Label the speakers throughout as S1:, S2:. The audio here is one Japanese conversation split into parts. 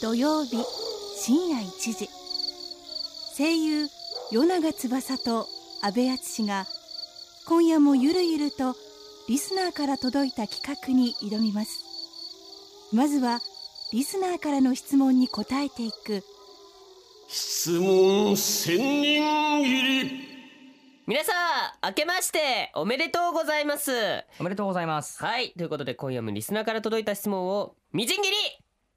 S1: 土曜日深夜1時声優与永翼と阿部淳が今夜もゆるゆるとリスナーから届いた企画に挑みますまずはリスナーからの質問に答えていく
S2: 質問千人切り
S3: 皆さん明けましておめでとうございます
S4: おめでとうございます。
S3: はいということで今夜もリスナーから届いた質問をみじん切り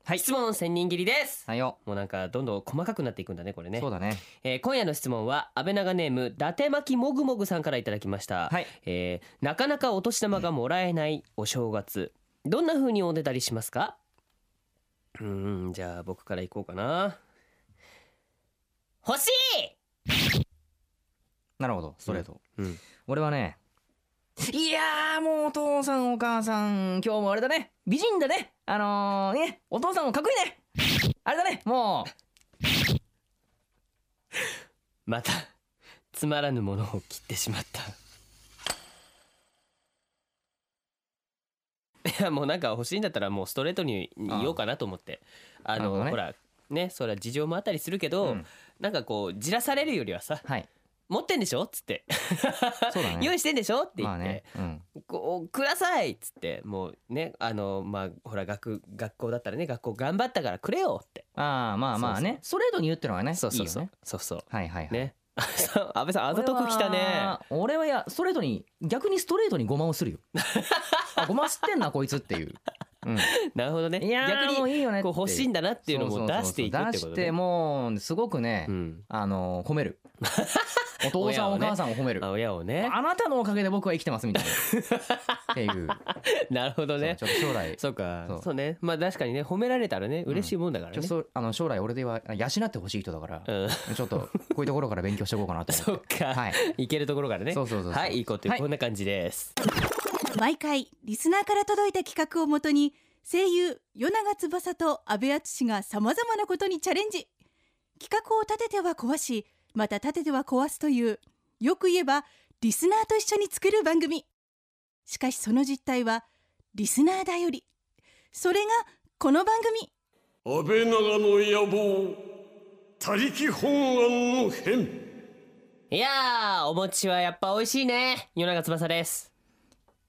S4: はい
S3: 質問の千人切りです
S4: はいよ。
S3: もうなんかどんどん細かくなっていくんだねこれね
S4: そうだね。
S3: えー今夜の質問は安倍長ネーム伊達巻もぐもぐさんからいただきました、
S4: はい。
S3: えーなかなかお年玉がもらえないお正月どんな風におねだりしますかうーんじゃあ僕からいこうかな欲し
S4: なるほど。ストレート。
S3: い、うん、
S4: 俺はね。いやーもうお父さんお母さん今日もあれだね美人だねあのー、ねお父さんもかっこいいねあれだねもう
S3: またつまらぬものを切ってしまった いやもうなんか欲しいんだったらもうストレートに言おうかなと思ってあ
S4: なるほ
S3: の
S4: どね
S3: ほらねそれは事情もあったりするけど、
S4: うん
S3: なんかこうじらされるよりはさ
S4: はい
S3: 持ってんでしょっつって
S4: そうだね
S3: 用意してんでしょって言って、
S4: まあねうん
S3: こうくださいっつってもうねあのまあほら学学校だったらね学校頑張ったからくれよって
S4: ああまあまあねストレートに言うってのがね
S3: そうそうそう
S4: いいよね
S3: そうそう
S4: はいはいはい
S3: ね安倍さんあざとく来た
S4: 俺
S3: ね
S4: は俺はいやストレートに逆にストレートにごまをするよ あごま知ってんなこいつっていう、うん、
S3: なるほどね
S4: いや ー
S3: 逆
S4: もう
S3: に
S4: いいよね
S3: こう欲しいん
S4: だっ
S3: だなっていうのも出していくって
S4: 出
S3: こ
S4: し
S3: と
S4: て
S3: ね
S4: もうすごくね、
S3: うん
S4: あの褒 めるお父さん
S3: 親を
S4: お
S3: ね
S4: 母さんを褒める、
S3: あ親をね
S4: あなたのおかげで僕は生きてますみたいなっていう
S3: なるほどね
S4: そうちょっと将来
S3: そうか
S4: そ
S3: そう
S4: う
S3: ねまあ確かにね褒められたらね嬉しいもんだから
S4: ちょ
S3: ね
S4: っとそうあの将来俺では養ってほしい人だから、
S3: うん
S4: ちょっとこういうところから勉強していこうかなと
S3: そ
S4: 思
S3: っ
S4: って
S3: か
S4: はい
S3: いけるところからね
S4: そうそうそうそう
S3: はいいいこという
S4: はい
S3: こんな感じです
S1: 毎回リスナーから届いた企画をもとに声優与永翼と阿部淳がさまざまなことにチャレンジ企画を立てては壊しまた立てては壊すというよく言えばリスナーと一緒に作る番組しかしその実態はリスナーだよりそれがこの番組
S2: 安倍長の野望他力本願の変
S3: いやーお餅はやっぱ美味しいね夜中翼です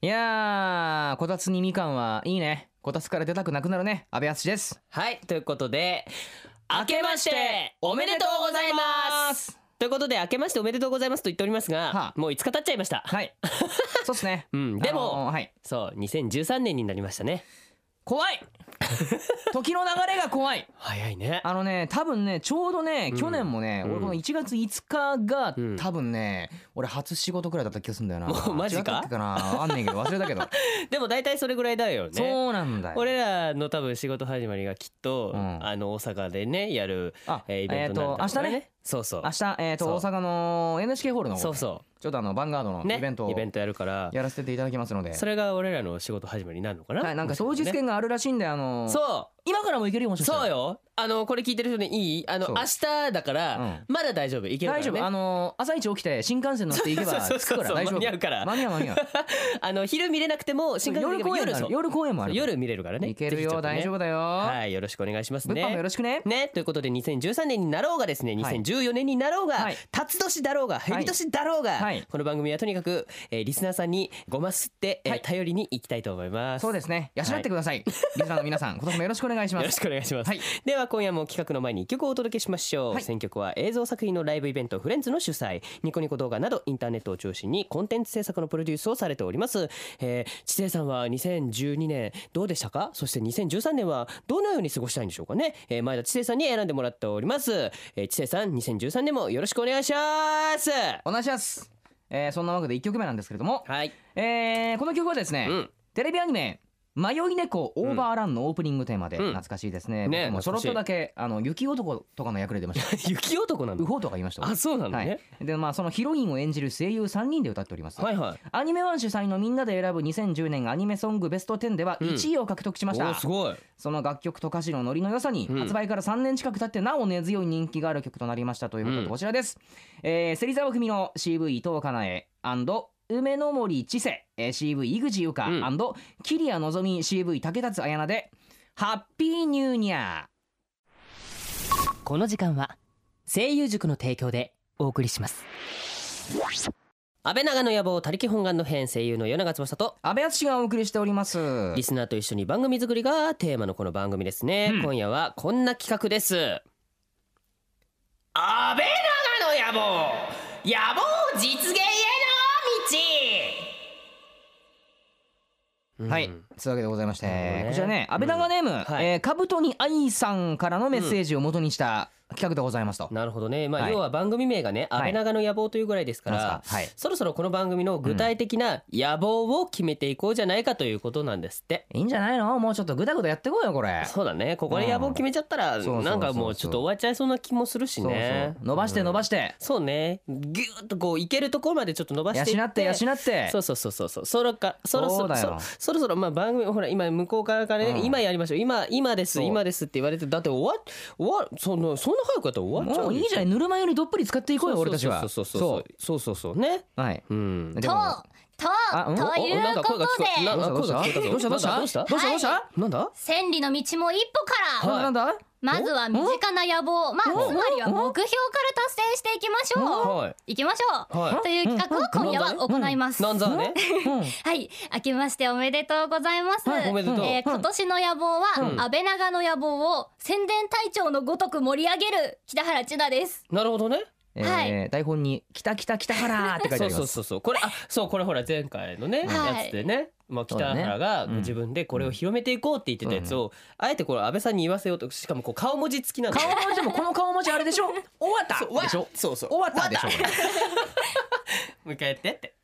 S4: いやーこたつにみかんはいいねこたつから出たくなくなるね阿部淳です
S3: はいということで明けましておめでとうございますということで明けましておめでとうございますと言っておりますが、
S4: はあ
S3: もう5日経っちゃいました
S4: はい そうっすね
S3: うんでも
S4: あのーはい
S3: そう2013年になりましたね
S4: 怖 い時の流れが怖い
S3: 早いね
S4: あのね多分ねちょうどね
S3: うん
S4: 去年もね、
S3: うん
S4: 俺この1月5日が、
S3: うん
S4: 多分ね俺初仕事くらいだった気がするんだよな
S3: もうマジか
S4: 違ったっけかなあんね んけど忘れたけど、
S3: でも大体それぐらいだよね
S4: そうなんだよ
S3: 俺らの多分仕事始まりがきっと、
S4: うん
S3: あの大阪でねやる、
S4: あ
S3: えーイベ
S4: え
S3: ン
S4: ー
S3: トなん
S4: と
S3: だ
S4: 明
S3: ろ
S4: 日
S3: うね
S4: ね
S3: そうそう
S4: 明日えっ、と
S3: そう
S4: 大阪の NHK ホールの方で
S3: そうそ
S4: ちょっとあのバンガードの
S3: うね
S4: イベントを
S3: やるから
S4: やらせていただきますので、
S3: それが俺らの仕事始まりになるのかな、
S4: はいなんか当
S3: もし
S4: 日
S3: したらね
S4: 券があるらしいんであの
S3: そ
S4: 今からも行けるよもし
S3: う
S4: かしたら
S3: そうよあのこれ聞いてる人にいいあの
S4: そう
S3: 明日だから、まだ大丈夫いけるから、
S4: 大
S3: ね、
S4: 丈夫あの朝一起きて新幹線乗って行けば
S3: そう
S4: 着
S3: そうそう
S4: く
S3: そう
S4: から大丈夫
S3: 間に合うから
S4: 間に合う間に合う
S3: あの昼見れなくても新幹線
S4: 夜公演もあ
S3: そ
S4: る
S3: う
S4: 夜公演もある
S3: 夜見れるからね
S4: 行けるよ、大丈
S3: 夫
S4: 夫だよ、
S3: はいよろしくお願いしますね
S4: 物販もよろしくね
S3: ね、ということで2013年になろうがですね
S4: はい
S3: 2014年になろうが、
S4: はい
S3: 辰年だろうが蛇年だろうが、
S4: はい
S3: この番組はとにかく、えーリスナーさんにごますって、えー
S4: はい
S3: 頼りにいきたいと思います。
S4: そうですね養ってください、リスナーの皆さん今年もよろしくお願いし
S3: よ
S4: ま
S3: ろ
S4: す
S3: しくお願いします、
S4: はい
S3: では今夜も企画の前に一曲をお届けしましょう、
S4: はい
S3: 選曲は映像作品のライブイベントフレンズの主催ニコニコ動画などインターネットを中心にコンテンツ制作のプロデュースをされております、えー、知性さんは2012年どうでしたかそして2013年はどのように過ごしたいんでしょうかね、えー、前田知性さんに選んでもらっております、えー、知性さん2013年もよろしくお願いします
S4: お願いします、えーそんなわけで1曲目なんですけれども、
S3: はい
S4: えーこの曲はですね、
S3: うん
S4: テレビアニメ「迷い猫オーバーラン」のオープニングテーマで
S3: うん
S4: 懐かしいですね,、
S3: ね
S4: 僕もちょろっと
S3: 懐
S4: だけあの雪男とかの役で出ました
S3: 雪男な
S4: ウ
S3: の
S4: ホとか言いました
S3: あそうなの
S4: は
S3: ね
S4: い、でまあそのヒロインを演じる声優3人で歌っております、
S3: はい、はい
S4: アニメワン主催のみんなで選ぶ2010年アニメソングベスト10では
S3: うん
S4: 1位を獲得し
S3: お
S4: ました、
S3: ーすごい
S4: その楽曲と歌詞のノリの良さに、
S3: うん
S4: 発売から3年近く経ってなお根強い人気がある曲となりましたということ
S3: うん
S4: でこちらです、えー、芹沢文の CV 伊藤かなえ梅の森千世、えー、CV 井口優香、
S3: うん
S4: 桐谷のぞみ CV 竹立彩菜でハッピーニューニャー
S5: この時間は声優塾の提供でお送りします
S3: 安倍長の野望他力本願の編声優の与永翼と
S4: 安倍淳がお送りしておりますは
S3: リスナーと一緒に番組作りがテーマのこの番組ですね、今夜はこんな企画です安倍長の野望野望実現への道、
S4: い、つうわけでございまして、
S3: ね
S4: こちらね安倍長ネーム、
S3: はい
S4: えー、かぶとに愛さんからのメッセージを元にした企画でございますと、
S3: なるほどね、まあ
S4: はい
S3: 要は番組名がね「安倍長の野望」というぐらいですから、
S4: なんすかはい
S3: そろそろこの番組の具体的な野望を決めていこうじゃないかということなんですって。
S4: いいんじゃないのもうちょっとぐだぐだやってこうよこれ
S3: そうだねここで野望決めちゃったら
S4: んそうそうそう
S3: なんかもうちょっと終わっちゃいそうな気もするしね
S4: 伸ばして伸ばして、
S3: そうねぎゅーっとこういけるところまでちょっと伸ばしていって
S4: 養って養って
S3: そうそうそうそうそうそろかそろ
S4: そ
S3: そう
S4: だよ
S3: そそろそろまあ番組ほら今向こう側からね、
S4: うん
S3: 今やりましょう今今です
S4: そう
S3: 今ですって言われてだって終わ終わそんなそんな早くやったら終わっちゃ
S4: も
S3: う
S4: ういいじゃない
S3: い
S4: ぬるま湯にどっぷり使っていこうよ俺たちは
S3: そうそうそうそうそうそうそうね
S4: うはい
S3: うん
S4: で
S6: と
S4: も
S6: と
S4: あうん
S6: という
S3: なんか
S6: こ
S3: 声
S6: と
S3: が聞こえな
S6: で
S3: んか声が聞こえ
S4: どうしたどうした
S3: どうした
S4: どうしたどうした
S3: なんだ
S6: 千里の道も一歩から、
S3: はい
S4: なんだなんだ
S6: まずは身近な野望まあつまりは目標から達成していきましょう
S3: はい
S6: 行きましょう、
S3: はい
S6: という企画を今夜は行います、
S3: なんざ ね
S4: うん
S6: はい明けましておめでとうございます、
S3: はいおめでとう
S6: えー今年の野望は、安倍長の野望を宣伝隊長のごとく盛り上げる北原千奈です
S3: なるほどね
S4: え
S6: は
S4: ー、台本に「きたきたきたから」って書いて
S3: そ
S4: あ
S3: う
S4: り
S3: そ
S4: ま
S3: う
S4: す
S3: そうそうこれあそうこれほら前回のね、
S6: はい
S3: やつでね、まあ、
S4: そう
S3: 北
S4: だね
S3: 原が
S4: うん
S3: 自分でこれを広めていこうって言ってたやつを、あえてこれ安倍さんに言わせようとしかもこう顔文字付きなの
S4: 顔文字でもこの顔文字あれでしょ終わったでしょ
S3: そうそう
S4: 終わったでしょ
S3: もう一回やってって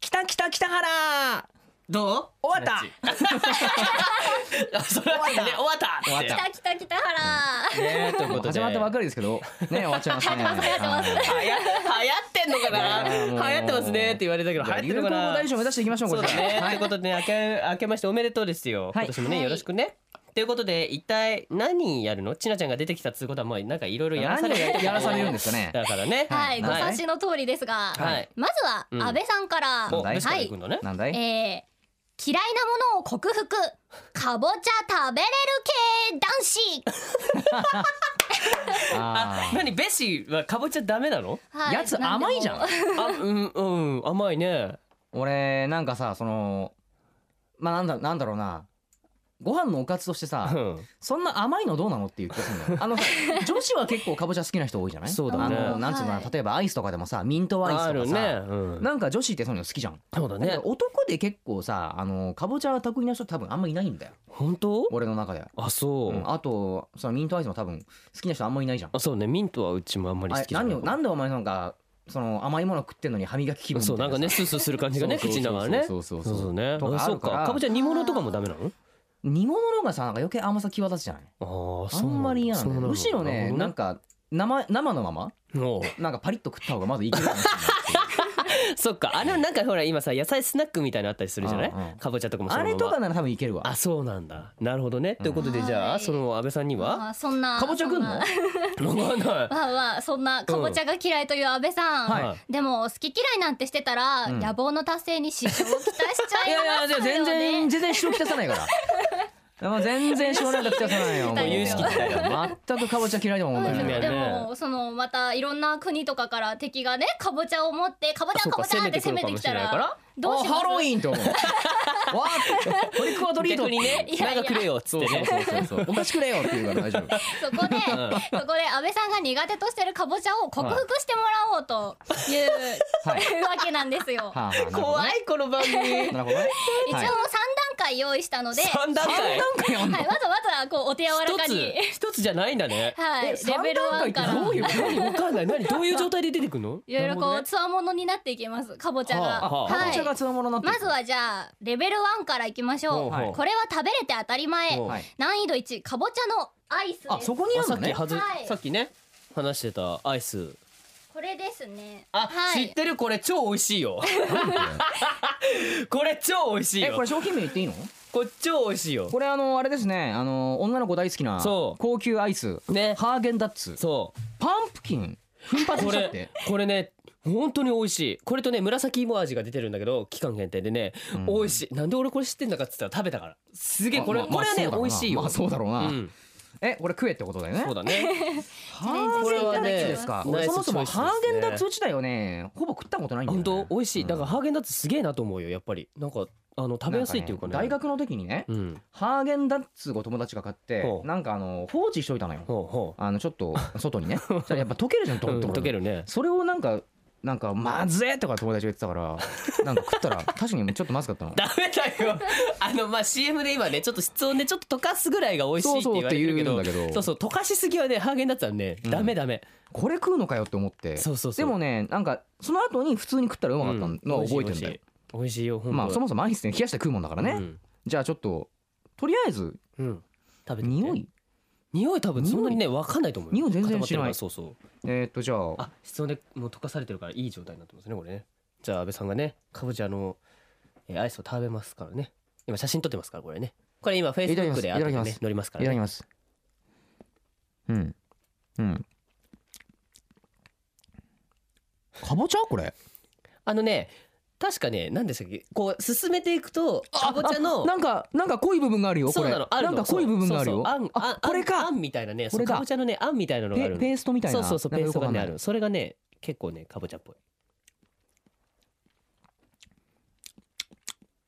S4: きたきたきたから
S3: どう
S4: 終わった
S3: た それはね終わった終わっ
S6: 来た来た来た原、
S3: ねということで
S4: 始まったばかりですけどね終わっちゃいました ね
S6: 流行ってます流行ってます
S4: はい
S3: はや流行ってんのか
S4: いやもう
S3: な流行ってますねって言われたけど流行って
S4: 流
S3: る
S4: 行
S3: の
S4: 語
S3: かな
S4: 大賞目指していきましょうこ
S3: そう
S4: れ
S3: だね。
S4: は
S3: とい
S4: いう
S3: ことで、ね、明け明けましておめでとうですよ。今年もね、
S6: はい
S3: よろしくね。ということで一体何やるの？ちなちゃんが出てきたっつうことはもうなんかいろいろやらされ
S4: 何を
S3: る
S4: やらされるんですかね
S3: だからね。
S6: はい、ご察しの通りですが、
S3: はい
S6: まずは
S3: うん
S6: 安倍さんから、
S3: お、
S4: はい
S3: ベスから行くんだね。
S4: なんだ
S6: えー
S4: い
S6: 嫌いなものを克服かぼちゃ食べれる系男子、
S3: あ、
S4: あ
S3: 何ベシはかぼちゃダメな の？
S6: は
S4: やつ
S6: なんでも
S4: 甘いじゃん
S3: あ、うんうん甘いね。
S4: ー俺なんかさそのまあなんだなんだろうなご飯のおかずとして
S3: う
S4: さ
S3: ん。
S4: そんな甘いのどうなのっていう気がするんだよ。 あの女子は結構かぼちゃ好きな人多いじゃない。
S3: そうだね
S4: あのなんつうのかな、
S6: はい
S4: 例えばアイスとかでもさ、ミントアイス
S3: あ
S4: と
S3: る
S4: かさ、
S3: ね。うん。
S4: なんか女子ってそういうの好きじゃん。
S3: そうだ
S4: だけ
S3: ね
S4: ど。男で結構さ、あのかぼちゃ得意な人多分あんまいないんだよ。
S3: 本当？
S4: 俺の中では。。
S3: あ、そううん
S4: あとそのミントアイスも多分好きな人あんまいないじゃん。
S3: あ、そうね。ミントはうちもあんまり
S4: あ
S3: 好
S4: れ
S3: きじゃ
S4: なん
S3: ない
S4: で。なんでお前なんかその甘いもの食ってんのに歯磨き気分みた
S3: そ
S4: いう
S3: なんかねスースーする感じがね
S4: そうそう
S3: 口
S4: そうそ
S3: の
S4: う
S3: 中でね
S4: そうそうそう
S3: そうねあ
S4: とかあ
S3: そ
S4: る
S3: う
S4: から
S3: かかぼちゃ煮物とかもダメなの
S4: 煮物の方がさなんか余計甘さ際立つじゃない
S3: あー
S4: あ
S3: そうなん
S4: まり嫌な
S3: そうん
S4: だ
S3: の
S4: よむしろねなんか生生のまま
S3: おう
S4: なんかパリッと食った方がまずいけるかもしれない
S3: そっかあのなんかほら今さ野菜スナックみたいなのあったりするじゃない
S4: うんうん
S3: かぼちゃとかもその
S4: あ
S3: まま
S4: れとかなら多分いけるわ
S3: あそうなんだなるほどねということで
S6: はい
S3: じゃあその安倍さんに
S6: ま
S3: は
S6: あそんな
S4: かぼちゃくんの
S6: そ な
S3: わかんない
S6: まあまあそんなかぼちゃが嫌いという安倍さん、
S3: は
S6: でも好き嫌いなんてしてたら、
S4: ん
S6: 野望の達成に支障をきたしちゃい
S4: いや
S6: ま
S4: い
S6: すよ
S4: や
S6: ね
S4: 全然全然支障きたさない からもう全然支障なんかきたさないよもう
S6: 有識
S3: みたい
S4: 全くかぼちゃ嫌いでも問題ない
S3: や
S6: で
S3: ね
S6: もそのまたいろんな国とかから敵がねかぼちゃを持ってかぼち
S3: そ
S6: ゃ
S3: う
S6: か
S3: か
S6: ぼちゃって攻めてきたら
S3: 攻めてくるかもしれないから
S6: どうし
S4: あ
S6: ます
S4: ハロウィンと思うわあトリックオアトリート
S3: 逆にね
S6: いやいや
S3: なんかくれよっつってね
S4: そうそうそうお菓子くれよって言うから大丈夫
S6: そこで、そこで安倍さんが苦手としてるかぼちゃを克服してもらおうという、
S4: はい
S6: わけなんですよ。
S4: はあはあ
S3: 怖いこの番組3
S4: なるほどね
S6: 一応
S4: は
S6: 3
S4: い
S6: 段階用意したので、はい、
S3: 段階
S6: わざわざこうお手柔らか
S3: 一
S6: に、
S3: つ一つじゃないんだね
S6: はい、
S4: え
S6: レベル1か
S4: 三段階ってど
S6: ら
S4: ういう
S3: 何わかんない何どういう状態で出てくるの
S6: いろいろ
S3: な
S6: こう
S3: る
S6: つわものになっていきます、かぼちゃ
S3: は
S6: が。
S3: あはあ
S4: かぼちゃ
S6: は
S4: が
S6: い。
S4: つわものになって
S6: ま
S4: る
S6: ずはじゃあレベル1からいきましょう、
S3: ほうほう
S6: これは食べれて当たり前、
S3: ほう
S4: はい
S6: 難易度1かぼちゃのアイス
S4: あ
S6: です
S4: そこ
S3: あ
S4: にある
S3: さっ
S4: の
S3: き
S4: ね
S3: はず
S6: はい
S3: さっきね話してたアイス
S6: これですね
S3: あ、
S6: はい、
S3: 知ってるこれ超美味しいよこれ超美味しい
S4: え
S3: よ
S4: こ
S3: こ
S4: れ
S3: れ
S4: 商品名言っていいの
S3: 超美味しいよ
S4: これあのあれですねあの女の子大好きな
S3: そう
S4: 高級アイス
S3: ね
S4: ハーゲンダッツ
S3: そう
S4: パンプキン奮発し
S3: こ
S4: ちゃっ
S3: れ
S4: て
S3: これね本当に美味しいこれとね紫芋味が出てるんだけど期間限定でね、美味しいなんで俺これ知ってんだかっつったら食べたからすげえこれ、
S4: まあまあ
S3: これはね、
S4: そうだ
S3: 美
S4: ろうな
S3: 味しいよ、
S4: まあそうだろうな
S3: うん
S4: えこれ食えってことだよね
S3: そうだね
S6: チャレンジし
S4: こ
S6: て
S4: れ
S6: い
S4: は
S6: ただき
S4: ね
S6: ます
S3: かナイ
S4: 俺
S3: ス
S4: そもそも
S3: チョイスですね
S4: ハーゲンダッツ自体はねほぼ食ったことないんだよ、
S3: 本
S4: ね、
S3: 当美味しいだから
S4: うん
S3: ハーゲンダッツすげえなと思うよやっぱりなんかあの食べやすいっていうかね
S4: なん大学の時にね、
S3: うん
S4: ハーゲンダッツを友達が買って
S3: ほう
S4: なんかあの放置しといたのよ
S3: ほうほ
S4: あのちょっと 外にねそしたらやっぱ溶けるじゃん
S3: う
S4: ドロ
S3: うん
S4: ドロ
S3: 溶けるね
S4: それをなんかなんかまずいとか友達が言って たからなんか食ったら確かにちょっとまずかったの
S3: ダメだよあのまあ CM で今ねちょっと室温でちょっと溶かすぐらいが美味しいって言われてるけど
S4: そうそうって言うんだけど
S3: そうそう溶かしすぎはねハーゲンダッツはね
S4: うん
S3: ダメダメ
S4: これ食うのかよって思って
S3: そうそうそう
S4: でもねなんかその後に普通に食ったらうまかったのは覚えてるんだよ、
S3: 美味しいよほん
S4: まあそもそもアイスね冷やして食うもんだからね、じゃあちょっととりあえず
S3: うんうん食べてみて
S4: 匂い
S3: 匂い多分そんなにね分かんないと思うよ
S4: 匂い全然しな
S3: 固まってるか
S4: い
S3: らそうそう
S4: えー、っとじゃあ
S3: あ室温でもう溶かされてるからいい状態になってますねこれねじゃあ安倍さんがねかぼちゃのえーアイスを食べますからね今写真撮ってますからこれねこれ今フェイス
S4: い
S3: ブ
S4: た
S3: ッ
S4: だきま
S3: ク
S4: す
S3: で後で
S4: いただきま
S3: ね
S4: す
S3: 載りますか
S4: い
S3: ら
S4: ただき
S3: ね
S4: ますうんうんかぼちゃこれ
S3: あのね確かね何でしたっけこう進めていくとかぼちゃの
S4: なんかなんか濃い部分があるよこ
S3: そう
S4: れ
S3: なのあるの
S4: んか濃い部分があ
S3: そ
S4: るよ
S3: うそうそうあんあん
S4: これか
S3: あんみたいなね
S4: これだ
S3: そうかぼちゃのねあんみたいなのがある
S4: ペ
S3: の
S4: ペーストみたいな
S3: そうそうそう
S4: なん
S3: ペ
S4: か
S3: ースト
S4: よくわ
S3: が
S4: かん
S3: ね
S4: ない
S3: あるそれがね結構ねかぼちゃっぽい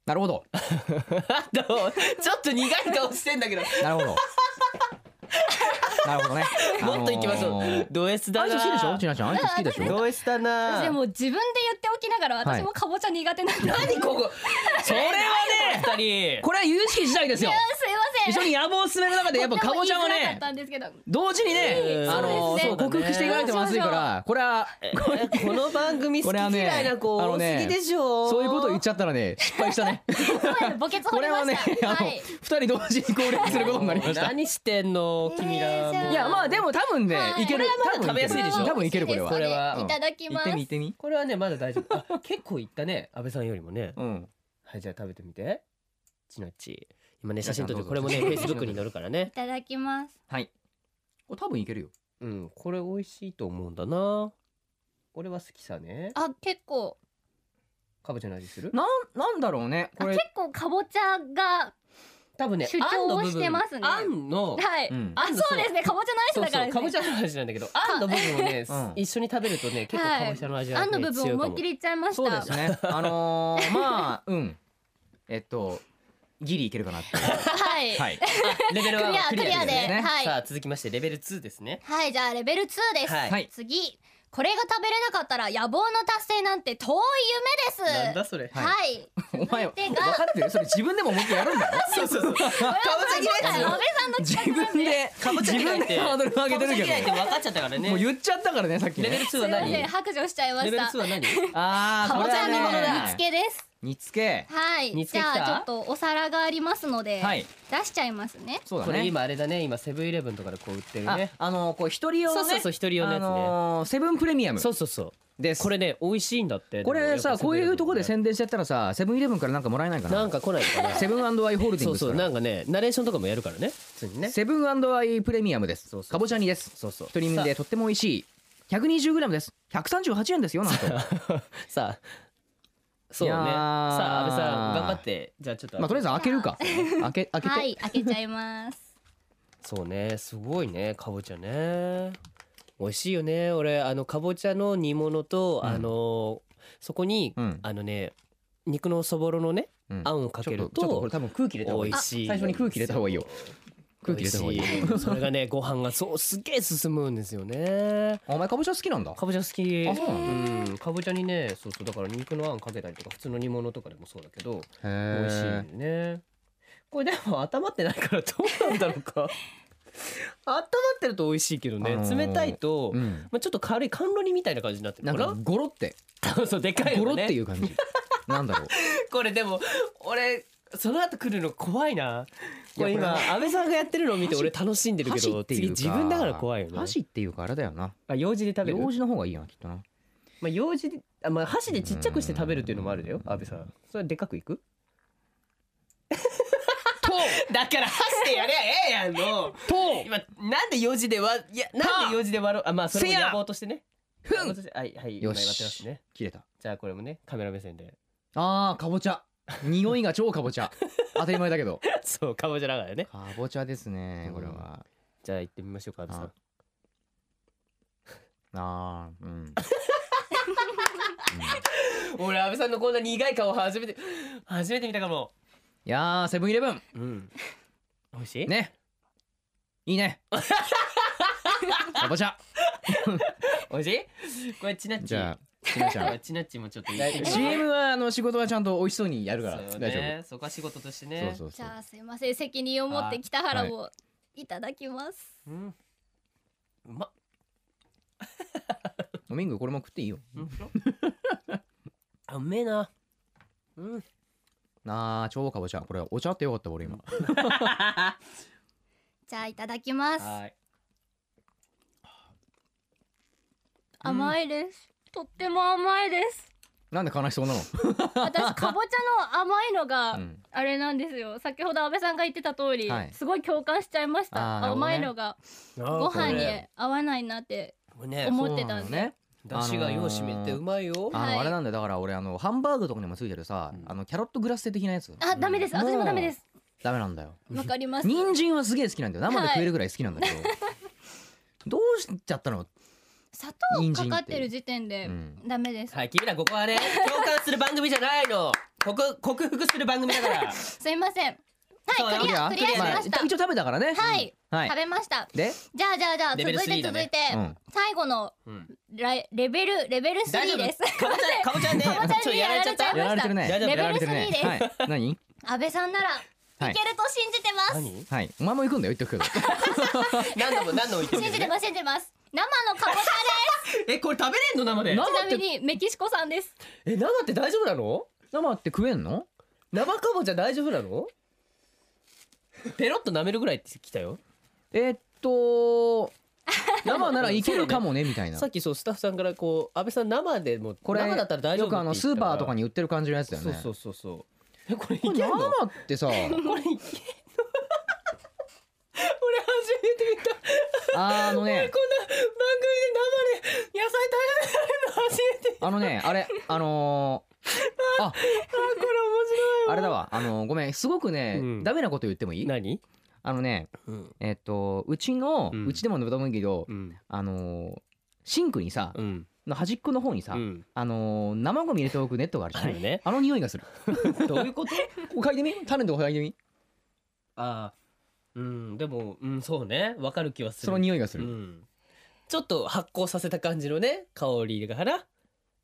S4: なるほど
S3: あどうちょっと苦い顔してんだけど
S4: なるほどなるほど ね
S3: もっといきましょ
S4: あのー
S3: うド S だ
S4: アイス
S3: な
S4: 好きでしょちなちゃんアイス好きでしょ
S3: ド S だな
S6: 私もう自分で言っておきながら
S4: はい
S6: 私もかぼちゃ苦手なんで、すい
S3: 何ここそれはね二人
S4: これは有識次第ですよ
S6: やすい
S4: 一
S6: ま
S4: 緒に野望を進める中でやっぱかぼちゃは
S6: とっても言いづらか
S4: ね
S6: ったんですけど
S4: 同時にね
S3: う、ん
S4: あの
S6: そうですね
S4: そう克服していかないとまずいから、これは
S3: この番組好
S4: こ
S3: き
S4: れはね
S3: 嫌いな子
S4: あの
S3: 多
S4: ね
S3: すぎでしょ
S4: そういうことを言っちゃったらね、失敗した ね。
S6: 声の墓穴 掘
S4: こ
S6: り
S4: れ
S6: ま
S4: はね
S6: し、た
S4: あ
S6: は
S4: の
S6: い
S4: 二人同時に攻略することになりました。
S3: 何してんの君ら
S6: えーじゃあ
S3: もう
S4: いやまあでも多分ね、
S6: はい
S4: いける
S6: これは。
S3: まだ食べやすいでしょ
S4: 多分いけるこれは。
S6: これ
S3: は
S4: うん
S6: いただきます
S4: 行ってみ行ってみ。
S3: これはねまだ大丈夫あ結構いったね安倍さんよりもね
S4: うん。
S3: はいじゃあ食べてみてちなっち今ね写真撮って
S4: どうぞ
S3: これもね
S4: ど
S3: フ
S4: う
S3: ェイ
S4: ぞ
S3: スブックに載るからね
S6: いただきます
S4: はい。これ多分いけるよ。
S3: うんこれ美味しいと思うんだな俺は好きさね
S6: あ結構
S3: かぼちゃの味する
S4: なんなんだろうね。
S6: あ
S4: これ
S6: 結構かぼちゃが
S3: 多分ね
S6: 主張
S3: あんの部分
S6: してますね
S3: あんの
S6: はい、
S4: うん
S6: あそうですねかぼちゃ
S3: そ
S6: の
S3: う
S6: アイスだ
S3: そう
S6: からです
S3: か
S6: ね
S3: ぼちゃの味なんだけどあんの部分をね
S4: うん
S3: 一緒に食べるとね結構かぼちゃの味
S6: あ
S3: が
S6: ん
S3: ね
S6: の部分
S3: 強い
S6: 思
S3: か
S6: いっ
S3: も
S6: きりいっちゃいました
S4: そうですね。あの ーまあうん。えっとギリいけるかなって。
S6: はいは、
S4: はいい。
S3: レベル1はク
S6: ク
S3: リア
S6: リアで
S3: ですね
S6: はい
S3: さあ続きましてレベル2ですね
S6: じゃあレベル2です、
S3: はい
S4: はい
S6: 次これが食べれなかったら野望の達成なんて遠い夢です
S3: なんだそれ
S6: はい、
S4: お前分
S6: 手が
S4: かってるよ。それ自分でももっとやるん だよ。
S3: そうそうそうかぼち
S6: 今回安倍さんの
S4: 自分で自
S3: 嫌
S4: 分
S3: いって
S4: でハードル上げてる
S3: かぼ
S4: け
S3: ちゃ嫌いって
S4: ど
S3: 分かっちゃったからね
S4: もう言っちゃったからねさっき
S3: レベル
S4: ね
S3: 2
S6: す
S3: はい
S6: ません
S3: 何
S6: 白状しちゃいま
S3: レ
S6: し
S3: ベル2
S6: た
S3: は何
S4: ああ
S6: かぼちゃのものだ煮
S4: 煮
S6: 付
S4: 付け
S6: けです
S4: 煮付
S6: はい
S3: 煮
S6: じ
S3: 付け来
S6: ゃ
S3: た
S6: あちょっとお皿がありますので、
S4: けはい
S6: 出しちゃいますね
S4: そうだ
S3: これ
S4: ね
S3: 今あれだね今セブンイレブンとかでこう売ってる
S4: あ
S3: ね
S4: あのこう一人用
S3: そ
S4: の
S3: うそう
S4: ね
S3: そう一人用のや
S4: あ
S3: つね
S4: のーセブンプレミアム
S3: そうそうそう
S4: です
S3: これね美味しいんだって
S4: これさこういうとこで宣伝しちゃったらさセブンイレブンからなんかもらえないか
S3: な
S4: なん
S3: か来ないかな
S4: セブンアイ・ホールディン
S3: そ
S4: グ
S3: う
S4: ス
S3: そう
S4: から
S3: なんかねナレーションとかもやるからね普通にね
S4: セブンアイ・プレミアムです
S3: そうそう
S4: かぼちゃ煮です
S3: そうそう
S4: 一人分でとっても美味しい 120g です138円ですよなん と
S3: さあそうね
S4: い
S3: さ
S4: やー
S3: あ安倍さん頑張ってじゃあちょっと
S4: まあとりあえず開けるか開け開けて
S6: はい開けちゃい ます
S3: そうねすごいねかぼちゃね美味しいよね俺あのかぼちゃの煮物と、
S4: うん
S3: あのそこに、
S4: うん
S3: あのね肉のそぼろのね
S4: うん
S3: あんをかける
S4: ちょっとこ
S3: と
S4: れ多分空気入れた方がい
S3: 美
S4: い
S3: 味しい
S4: 最初に空気入れた方がいいよ空気入れた方がいい
S3: 美味しい それがねご飯がそうすげえ進むんですよね
S4: あお前かぼちゃ好きなんだ
S3: かぼちゃ好き
S4: あそうなんだ
S3: うんかぼちゃにねそうそうだから肉のあんかけたりとか普通の煮物とかでもそうだけど
S4: 美
S3: 美味しいんだよねこれでも温まってないからどうなんだろう か温まってると美味しいけどね
S4: あのー
S3: 冷たいと、
S4: うん
S3: まあ、ちょっと軽い甘露煮みたいな感じになってる
S4: な
S3: の
S4: ん
S3: か
S4: か
S3: な
S4: ゴロって
S3: そうそうでかい
S4: ゴロ
S3: の
S4: っ
S3: ね
S4: ていう感じなんだろう
S3: これでも俺その後来るの怖いなこれ
S4: いや
S3: 今
S4: こ
S3: 安倍さんがやってるのを見て俺楽しんでるけ
S4: 箸
S3: ど
S4: っていう
S3: 次
S4: か
S3: 自分だから怖いよね
S4: 箸っていうかあれだよな
S3: あ用事で食べる
S4: 用事の方がいいよなきっとな
S3: まあ用事であまあ箸でちっちゃくして食べるっていうのもあるだよ安倍さんそれはでかくいくだから箸でやれやええやんの
S4: と
S3: 今なんで4時でわいやなんで4時で割ろうあまあそれ
S4: せ
S3: も
S4: や
S3: 野望としてね
S4: ふん
S3: 野望としてはいはい今やって
S4: よ
S3: ます
S4: し
S3: ね
S4: 切れた
S3: じゃあこれもねカメラ目線で
S4: あーかぼちゃ匂いが超かぼちゃ 当たり前だけど
S3: そうかぼちゃだからね
S4: かぼちゃですねこれは
S3: じゃあ行ってみましょうか安部さん
S4: ああーうん
S3: 俺安倍さんのこんな苦い顔初めて初めて見たかも
S4: いやーセブンイレブン
S3: うん美味しい
S4: ねいいねおばちゃ
S3: 美味しいこれちなっち
S4: じゃあち
S3: こ
S4: なち ゃ
S3: れちなっちもちょっといい
S4: ん CM はあの仕事はちゃんと美味しそうにやるから
S3: そう
S4: 大丈
S3: ねそこは仕事として
S4: 夫
S3: ね
S4: そうそう
S6: じ
S4: そう
S6: ゃあすいません責任を持って北原をいただきます
S3: うんうまっ
S4: おミングこれも食っていいよ
S3: あうめえなうん
S4: なあ超かぼちゃこれお茶ってよかった俺今
S6: じゃあいただきます
S3: はい
S6: 甘いですとっても甘いです
S4: なんで悲しそうなの
S6: 私かぼちゃの甘いのが
S4: うん
S6: あれなんですよ先ほど安倍さんが言ってた通り
S4: はい
S6: すごい共感しちゃいまし
S4: あー
S6: た
S4: なるほど
S6: 甘
S4: ね
S6: いのが
S3: ご
S6: ご飯に
S4: これ
S6: 合わないなって
S3: これね
S6: 思ってたん
S4: そう
S6: で
S4: なのね
S3: だしがようしめてうまいよ
S4: あ
S6: は
S4: の
S6: い
S4: あれなんだよだから俺あのハンバーグとかにもついてるさ、
S3: うん
S4: あのキャロットグラッセ的なやつ
S6: あダメです
S4: もう
S6: 私もダメです
S4: ダメなんだよ
S6: わかります
S4: 人参はすげえ好きなんだよ生で食えるぐらい好きなんだけど、 どうしちゃったの
S6: 砂糖かかってる時点で
S4: うん
S6: ダメです
S3: はい君らここは ね共感する番組じゃないの克克服する番組だから
S6: すいませんはい
S3: そうよ
S6: クリア
S4: ク
S6: ク
S4: リ
S6: リ
S4: ア
S6: アし
S4: まあ
S6: ま
S4: 一
S6: した
S4: 応食べたからね
S6: はい、
S4: はい
S6: 食べました
S4: で、
S6: じゃあじゃあじゃあ
S3: レ
S6: 続
S3: ベル3
S6: いて
S3: だ
S6: 続い
S3: ね
S6: て、
S4: うん、
S6: 最後の
S3: うん
S6: ライレベルレベル
S3: 大丈
S6: 3
S3: 夫
S6: です
S3: かぼちゃかぼちゃね
S6: か
S3: ちょ
S6: ぼちゃに
S3: っとやられちゃっ
S6: や
S3: た
S6: られ
S4: やられてるね
S3: 大丈夫
S4: やられてる
S6: レベル3です
S4: ねはい 何
S6: 安倍さんなら、
S4: はい
S6: い、けると信じてます
S3: 何
S4: はいお前も行くんだよ言っと くけど
S3: 何度も何度も言ってる
S6: 信
S3: けど
S6: じて
S3: ね
S6: ます信じてます生のかぼちゃ
S3: えこれ食べれんの生で
S6: ですちなみにメキシコさんです
S3: え生って大丈夫なの
S4: 生って食えんの
S3: 生かぼちゃ大丈夫なのペロッと舐めるぐらいってきたよ
S4: えーっ と生ならいけるかもねみたいな
S3: さっきそうスタッフさんからこう安倍さん生でも
S4: これ
S3: 生だったら大丈夫
S4: よくあのスーパーとかに売ってる感じのやつだよ
S3: そう
S4: ね
S3: そうそうそうえこれいけ
S4: こ
S3: ん
S4: れ
S3: のこ
S4: 生ってさ
S3: れいけんの俺初めて見た
S4: あのね
S3: こんな番組で生で野菜食べられるの初めて
S4: あのね、あれ、あのー、あ、
S3: これ
S4: あれだわ、あのーごめん、すごくね、
S3: うん
S4: ダメなこと言ってもいい。
S3: 面白い何
S4: あのね、
S3: うん
S4: えっと、うちの、
S3: う
S4: うんちでも飲んだもいいけど、
S3: うん
S4: あのーシンクにさ、
S3: うん
S4: の端っこの方にさ、
S3: うん
S4: あのー生ゴミ入れておくネットがあるじゃ
S3: あ
S4: な
S3: る
S4: い。
S3: ね
S4: あの匂いがする。
S3: どういうこと
S4: ここ嗅いでみ、種のとこ嗅いでみ、
S3: あーうんでもうんそうねわかる気はする
S4: その匂いがする。
S3: うん、ちょっと発酵させた感じのね香りがから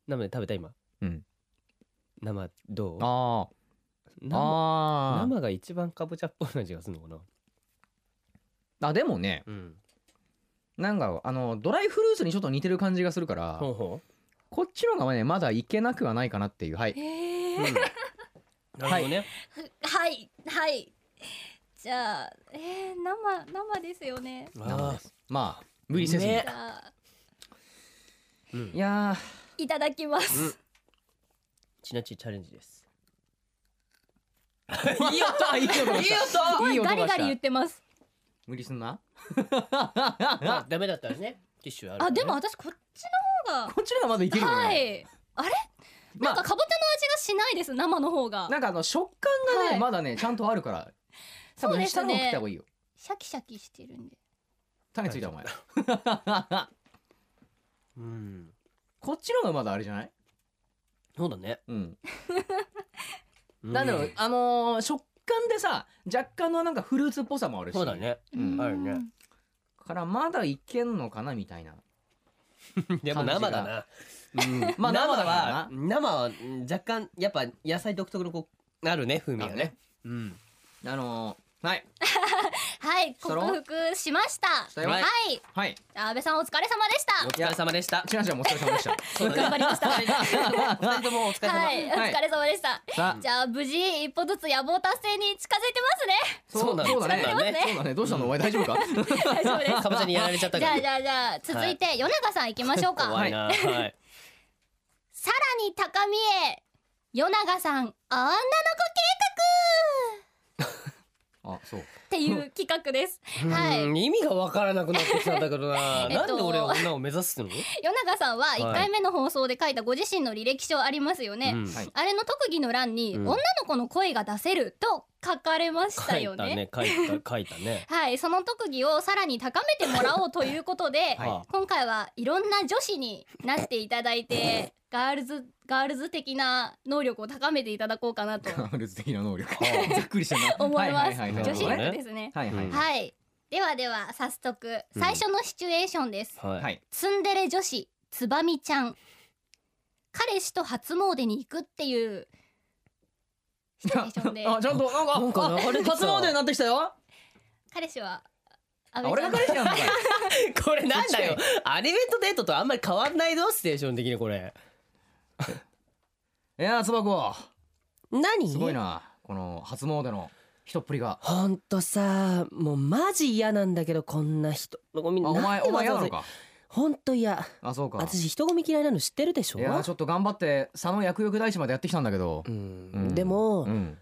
S3: 生で食べた今
S4: うん
S3: 生どう
S4: あ
S3: 生
S4: あ、あ
S3: 生が一番かぼちゃっぽい味がするのかな
S4: あ。あ、でもね、
S3: うん
S4: なんか、あの、ドライフルーツにちょっと似てる感じがするから、
S3: ほうほ
S4: こっちの方がね、まだいけなくはないかなっていう、はい。
S3: う、 うん、なるほどね、
S6: はいはいじゃあえー、生生ですよね
S3: あ
S4: 生で
S3: あ
S4: す。まあ、無理せずに。
S3: ね
S6: じゃあ
S3: ー、う
S4: い
S3: ん、
S4: やー、
S6: いただきます、
S3: うんちなちチャレンジです いい音いい音いい音
S6: 声
S4: いい音が
S6: ガリ
S4: した
S6: ガリ言ってます
S4: 無理すんな。
S3: まあダメだったらねティッシュあるから
S6: あ
S3: ね
S6: でも私こっちの方が
S4: こっちの方がまだいけるよね。
S6: はいあれ
S4: ま
S6: な
S4: あ
S6: んかかぼちゃの味がしないです生の方が
S4: なんかあの食感がね、
S6: はい
S4: まだねちゃんとあるから。多分
S6: そう
S4: ね
S6: です
S4: 下
S6: ね
S4: の方食った方がいいよ。
S6: シャキシャキしてるんで
S4: 種ついたお前。
S3: うん
S4: こっちの方がまだあれじゃない？
S3: そうだね、
S4: うん。
S3: う
S4: なんだろう、あのー食感でさ若干のなんかフルーツっぽさもあるし。
S3: そうだ。ね
S4: うん
S3: あるね
S4: からまだいけんのかなみたいな。
S3: でも生だ
S4: 感じ
S3: な
S4: うん。
S3: まあ生
S4: だから
S3: は
S4: な
S3: 生はうん若干やっぱ野菜独特のこうあるね風味がね。うん。
S4: あのーはい
S6: はい
S4: そろ
S6: 克服しました
S4: たよ
S6: はい
S4: はい。
S6: じゃあ安倍さんお疲れ様でし
S3: お
S6: た
S3: 疲れ様でした。
S4: ちなちゃんもお疲れ様でした。
S3: そうだね
S6: 頑張りましたは
S3: 二人ともお疲れ様。
S6: いお
S4: はい
S6: 疲れ様でした
S4: さあ
S6: じゃあ無事一歩ずつ野望達成に近づいて
S3: そうだね
S4: そうだね。
S3: そうだね
S4: そうだね。どうしたのお前大丈夫 か？
S6: ますね大丈夫です
S3: かぼちゃにやられちゃった
S6: じ
S3: から
S6: ゃあじ。ゃあじゃあ続いて米長さん行きましょうか
S3: 怖いな。はい。
S6: さらに高みへ与永さん女の子計画
S4: あそう。
S6: っていう企画ですはい
S3: うん意味がわからなくなってきたんだけどな。
S6: えっ
S3: なん
S6: と
S3: で俺は女を目指すの？
S6: 与永さんは1回目の放送で書いたご自身の履歴書ありますよね、
S3: うん
S4: はい
S6: あれの特技の欄に、
S3: うん
S6: 女の子の声が出せると書かれました
S3: 書
S6: よ
S3: いた
S6: ね。
S3: ね書いた書いたね
S6: はい、その特技をさらに高めてもらおうということで、
S3: は
S6: 今回はいろんな女子になっていただいて、 ガールズガールズ的な能力を高めていただこうか なと
S4: ガールズ的な能力。ざっくりしたな。
S6: 思います。
S4: はは
S6: 女
S3: なるほ
S4: は
S6: 子
S3: ど
S6: 力
S3: ね
S6: ですね。
S4: はいは
S3: う
S4: い
S3: ん。
S6: はい。ではでは早速最初のシチュエーションです。
S3: はい、
S4: はい。
S6: ツンデレ女子つばみちゃん。彼氏と初詣に行くっていうシチュエーショ ンで、
S7: あちゃんとなんか
S3: なんか流れてきた
S7: 初詣になってきたよ
S6: 彼氏は
S4: あ
S6: 安倍
S4: 俺
S6: ちゃ
S4: が
S6: ん
S4: 彼氏なんだ。
S3: これなんだよアニメントデートとあんまり変わんないぞステーション的にこれ
S4: いやー、つばこ。
S3: 何
S4: すごいな。この初詣の人っぷりが。
S3: ほんとさもうマジ嫌なんだけどこんな人ごみん
S4: あ
S3: な
S4: お前、お前やなの
S3: か
S4: か。
S3: ほんと嫌
S4: あ、そうか。
S3: 私人混み嫌いなの知ってるでしょ
S4: いやーちょっと頑張って佐野薬浴大師までやってきたんだけど
S3: う、
S4: うんん
S3: でも、
S4: うん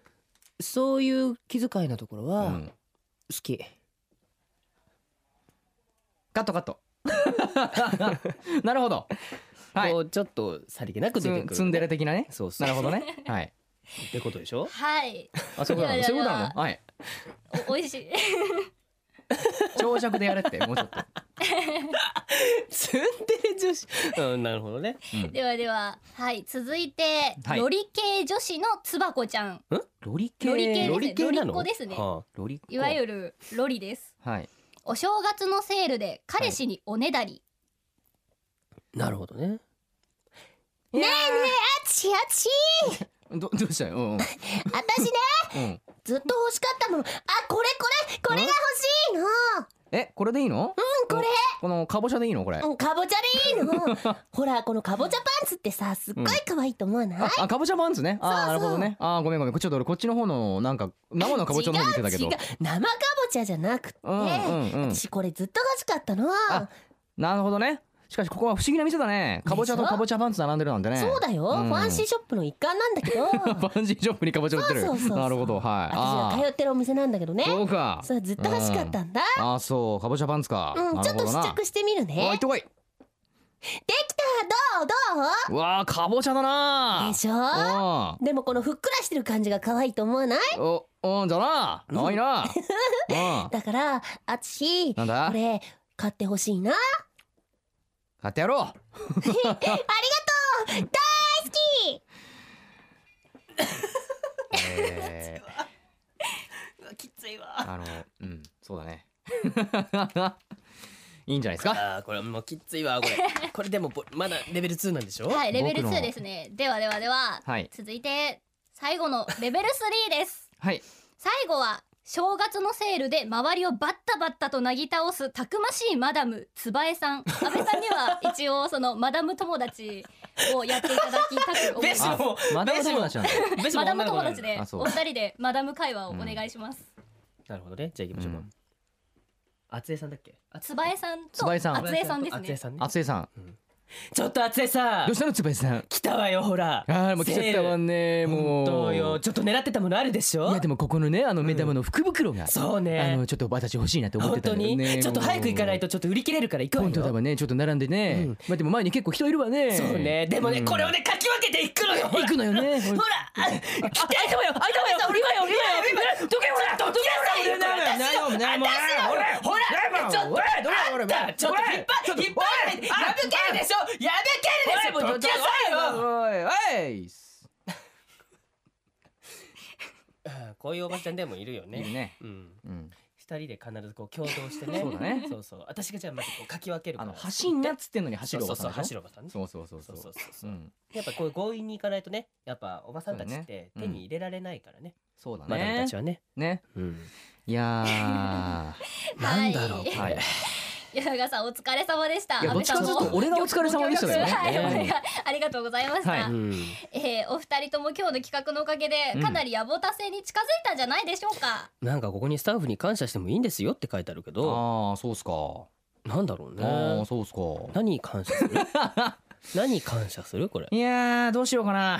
S3: そういう気遣いなところ
S4: う
S3: は好
S4: ん
S3: き、
S4: カットカットなるほどはい
S3: こうちょっとさりげなく
S4: ツ
S3: 出て
S4: ン
S3: くる
S4: ツンデレ的なね
S3: そうそう
S4: なるほどねはい
S3: ってことでしょ
S6: はい。
S4: あそういうことなの
S6: いやいやいや
S4: そういうことなのはい
S6: おおいしい。
S4: 長尺でやれってもうちょっと
S3: ツンデレ女子うんなるほどね
S6: ではでははい続いて、
S4: はい
S6: ロリ系女子のつばこちゃん
S4: ロリ
S6: ロリ系
S3: ロリ系なの
S6: ロリっ子ですね
S3: はあ
S4: ロリ
S6: いわ
S4: る
S6: ゆるロリです
S4: はい
S6: お正月のセールで彼氏におねだり、
S3: なるほどね
S6: あちあち
S4: どどうしたようんうん
S6: 私ね
S4: うん
S6: ずっと欲しかったものあこれこれこれが欲しいの
S4: えこれでいいのうんこれこのかぼちゃでいいのこれ
S6: うんかぼちゃでいい のほらこのかぼちゃパンツってさすっごい可愛いと思わない、
S4: ああかぼちゃパンツねあーなるほどねあーごめんごめんこちょっと俺こっちの方のなんか生のかぼちゃの方見てたけど
S6: 違う違う生かぼちゃじゃなくて、
S4: うんうんうん
S6: 私これずっと欲しかったの
S4: あなるほどねしかしここは不思議な店だねかぼちゃとかぼちゃパンツ並んでるなんてね
S6: そうだよ、
S4: うん
S6: ファンシーショップの一環なんだ けど
S4: ファンシーショップにかぼちゃ売ってる
S6: そうそうそうそう
S4: なるほどはい
S6: 私が通ってるお店なんだけどね
S4: あーそうか
S6: それずっと欲しかったんだ
S4: あーそうかぼちゃパンツか
S6: うん、
S4: な
S6: ち
S4: る
S6: ょ
S4: ほ
S6: っと
S4: ど
S6: 試
S4: な
S6: 着してみ
S4: お
S6: る
S4: い行っ
S6: ね
S4: てこい
S6: できたどうど
S4: うわーかぼちゃだ
S6: う
S4: な
S6: でしょ
S4: あ
S6: でもこのふっくらしてる感じが可愛いと思わない
S4: おうんだな可愛い なうん
S6: だからあつし
S4: な
S6: こ
S4: んだ
S6: れ買ってほしいな
S4: 買ってやろうえ
S3: きつい
S4: ー
S3: わ
S4: あのうんそうだね いいんじゃないですか
S3: あーこれもうきついわこ れこれでもぼまだレベル2なんでしょ
S6: はいレベル
S4: 僕の
S6: 2ですねではではでは、
S4: はい
S6: 続いて最後のレベル3です
S4: はい
S6: 最後は正月のセールで周りをバッタバッタとなぎ倒すたくましいマダムつばえさん安倍さんには一応そのマダム友達をやっていただきたく思います
S4: あまだまだなんだ
S3: ベスも
S6: マダム
S3: 女の子
S6: 友
S3: なの
S6: 達で
S4: あそう
S6: お二人でマダム会話をお願いします。
S3: なるほどねじゃあ行きましょうか
S4: うん
S3: 厚江さんだっけ
S6: つばえさんと
S4: つばえさん
S6: あつえさんです
S3: 厚江
S6: ね。
S3: さんね
S4: 厚江さん
S3: ちょっと厚江さ
S4: ど
S3: ん
S4: うしたのつばいさん
S3: 来たわよほら
S4: ああもう来ちゃったわ
S3: セ
S4: ね
S3: ール
S4: も
S3: 本
S4: う
S3: 当よちょっと狙ってたものあるでし
S4: い
S3: ょ
S4: やでもここのねあの目玉の福袋が、
S3: そう
S4: あ
S3: ね
S4: のちょっと私欲しいなって思っ
S3: 本
S4: てた
S3: 当
S4: んだよ
S3: に、
S4: ね
S3: ちょっと早く行かない
S4: と
S3: とちょっと売り切れるから行こうよ
S4: 本当だわねちょっと並んでね、
S3: うん
S4: まあでも前に結構人いるわね
S3: そうねでもね、
S4: うん
S3: これをねかき分けていくのよほ
S4: 行
S3: ら
S4: くのよねほら
S3: あ来たよよ あいたわよ今よ今よ今どけほらどけほら
S4: ないよないよ
S3: ほらほらちょっとあんたちょっと引っ張って引っ張ってやぶけるでしょやぶけるでしょもうどけなさいよ
S4: おいおい
S3: こういうおばちゃんでもいるよ
S4: いる
S3: ね
S4: ね、
S3: うん
S4: うん、
S3: 二人で必ずこう共同してね
S4: そうだね
S3: そうそう私がじゃあまずこうかき分けるか
S4: あ
S3: ら
S4: の走んなっつってんのに
S3: そ
S4: 走
S3: う
S4: るお
S3: そ
S4: ば
S3: うそ
S4: さ
S3: うん
S4: でし
S3: 走
S4: ょ
S3: るおばさんね
S4: そうそうそうそ
S3: そうそ
S4: う
S3: うそううんやっぱこういう強引に行かないとねやっぱおばさんたちって
S4: そう
S3: 手
S4: ねうん
S3: に入れられないからね
S4: そうだ
S3: マダムた
S4: ね
S3: ちはね
S4: ね
S3: うん
S4: いや
S3: なんだろう
S4: ー
S3: こ
S4: はい
S3: れ
S6: 柳川さんお疲れ様でした。
S4: いや
S6: 安
S4: どっちか
S6: 倍さん
S4: というと
S6: も
S4: 俺がお疲れ様でしたよね
S6: はいお願い
S4: ね
S6: ありがとうございました。
S4: はい
S3: うん
S6: えーお二人とも今日の企画のおかげで
S4: うん
S6: かなり野暮達成に近づいたんじゃないでしょうか。
S3: なんかここにスタッフに感謝してもいいんですよって書いてあるけど
S4: ああそうっすか
S3: なんだろう
S4: ああ
S3: ね
S4: そうっすか
S3: 何に感謝する何に感謝するこれ
S4: いやーどうしようかな